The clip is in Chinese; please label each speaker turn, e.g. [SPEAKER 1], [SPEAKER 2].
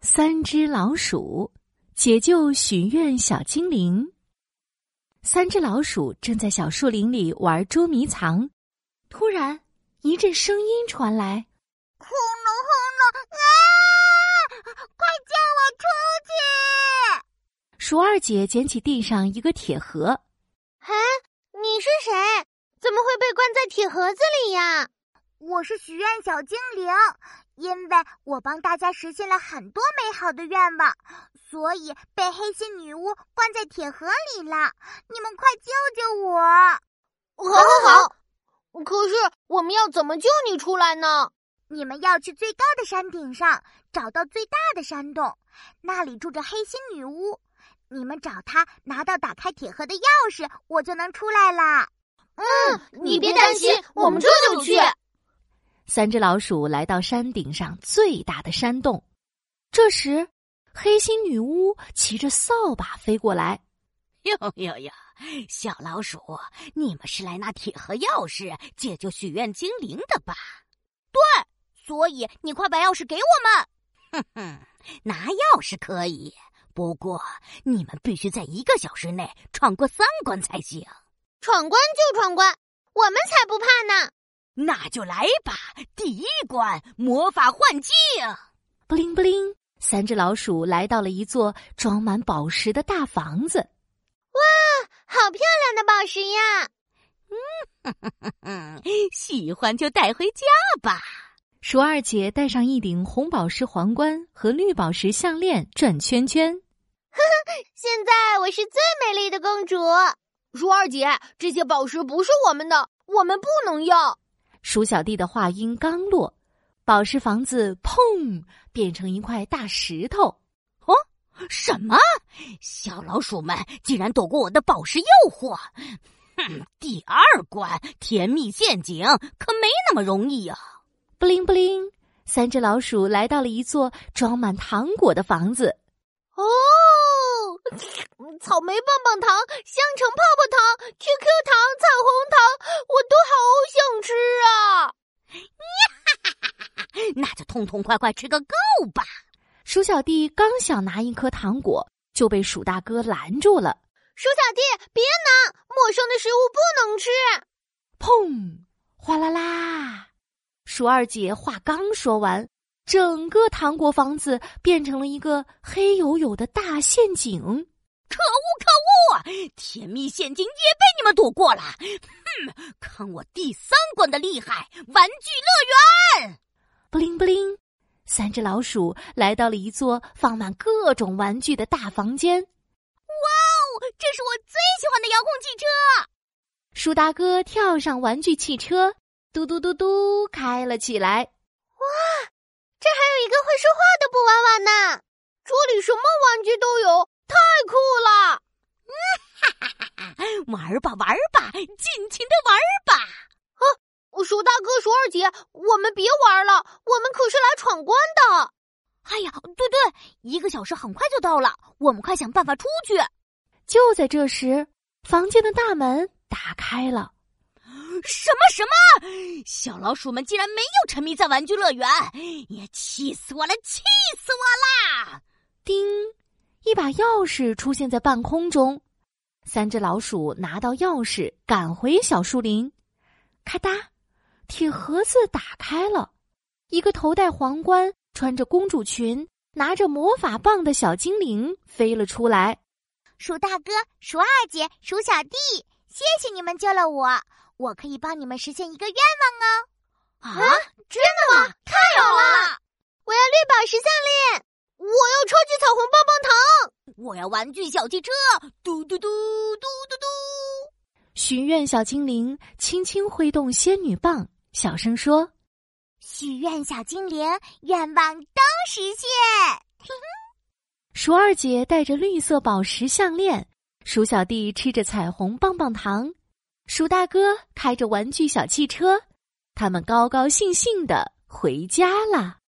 [SPEAKER 1] 三只老鼠解救许愿小精灵。三只老鼠正在小树林里玩捉迷藏，突然一阵声音传来
[SPEAKER 2] 轰隆轰隆！啊！快叫我出去！：“
[SPEAKER 1] 鼠二姐捡起地上一个铁盒，
[SPEAKER 2] 哎，你是谁？怎么会被关在铁盒子里呀？我是许愿小精灵，因为我帮大家实现了很多美好的愿望，所以被黑心女巫关在铁盒里了。你们快救救我！好好好，可是我们要怎么救你出来呢？你们要去最高的山顶上，找到最大的山洞，那里住着黑心女巫。你们找她，拿到打开铁盒的钥匙，我就能出来啦。嗯，
[SPEAKER 3] 你别担心我们这就去
[SPEAKER 1] 三只老鼠来到山顶上最大的山洞。这时，黑心女巫骑着扫把飞过来，
[SPEAKER 3] 哟哟哟，小老鼠，你们是来拿铁盒钥匙解救许愿精灵的吧？
[SPEAKER 2] 所以你快把钥匙给我们。
[SPEAKER 3] 嗯，拿钥匙可以，不过你们必须在一个小时内闯过三关才行。
[SPEAKER 2] 闯关就闯关，我们才不怕呢。
[SPEAKER 3] 那就来吧，第一关魔法幻境。
[SPEAKER 1] 布灵布灵，三只老鼠来到了一座装满宝石的大房子。
[SPEAKER 2] 好漂亮的宝石呀！
[SPEAKER 3] 嗯，喜欢就带回家吧。
[SPEAKER 1] 鼠二姐戴上一顶红宝石皇冠和绿宝石项链，转圈圈。
[SPEAKER 2] 现在我是最美丽的公主。如二姐，这些宝石不是我们的，我们不能要。
[SPEAKER 1] 鼠小弟的话音刚落，宝石房子砰变成一块大石头。
[SPEAKER 3] 什么？小老鼠们竟然躲过我的宝石诱惑！哼，第二关甜蜜陷阱可没那么容易呀、啊
[SPEAKER 1] 布灵布灵，三只老鼠来到了一座装满糖果的房子。
[SPEAKER 2] 哦，嗯草莓棒棒糖、香橙泡泡糖、QQ 糖、彩虹糖，我都好想吃啊！
[SPEAKER 3] 那就痛痛快快吃个够吧！
[SPEAKER 1] 鼠小弟刚想拿一颗糖果，就被鼠大哥拦住了。
[SPEAKER 2] 鼠小弟，别拿，陌生的食物不能吃。
[SPEAKER 1] 砰！嗯哗啦啦！鼠二姐话刚说完，整个糖果房子变成了一个黑黝黝的大陷阱。
[SPEAKER 3] 哇，甜蜜陷阱也被你们躲过了！哼，看我第三关的厉害！玩具乐园，
[SPEAKER 1] 布灵布灵，三只老鼠来到了一座放满各种玩具的大房间。
[SPEAKER 3] 这是我最喜欢的遥控汽车。
[SPEAKER 1] 鼠大哥跳上玩具汽车，嘟嘟嘟嘟开了起来。
[SPEAKER 2] 这还有一个会说话的布娃娃呢，这里什么玩具都有，太酷了！
[SPEAKER 3] 玩吧玩吧，尽情的玩吧！
[SPEAKER 2] 鼠大哥、鼠二姐，我们别玩了，我们可是来闯关的。
[SPEAKER 3] 哎呀，对对，一个小时很快就到了，我们快想办法出去。
[SPEAKER 1] 就在这时，房间的大门打开了。
[SPEAKER 3] 什么什么？小老鼠们竟然没有沉迷在玩具乐园，也气死我了，气死我啦！
[SPEAKER 1] 叮，一把钥匙出现在半空中。三只老鼠拿到钥匙，赶回小树林。咔嗒，铁盒子打开了，一个头戴皇冠、穿着公主裙、拿着魔法棒的小精灵飞了出来。
[SPEAKER 2] 鼠大哥、鼠二姐、鼠小弟，谢谢你们救了我，我可以帮你们实现一个愿哦
[SPEAKER 3] 啊，
[SPEAKER 2] 望吗？太好了！我要绿宝石项链，我要超级彩虹棒棒糖。
[SPEAKER 3] 我要玩具小汽车，嘟嘟嘟嘟嘟嘟。
[SPEAKER 1] 许愿小精灵轻轻挥动仙女棒，小声说
[SPEAKER 2] 许愿小精灵，愿望都实现。：“
[SPEAKER 1] 鼠二姐戴着绿色宝石项链，鼠小弟吃着彩虹棒棒糖，鼠大哥开着玩具小汽车，他们高高兴兴的回家啦。”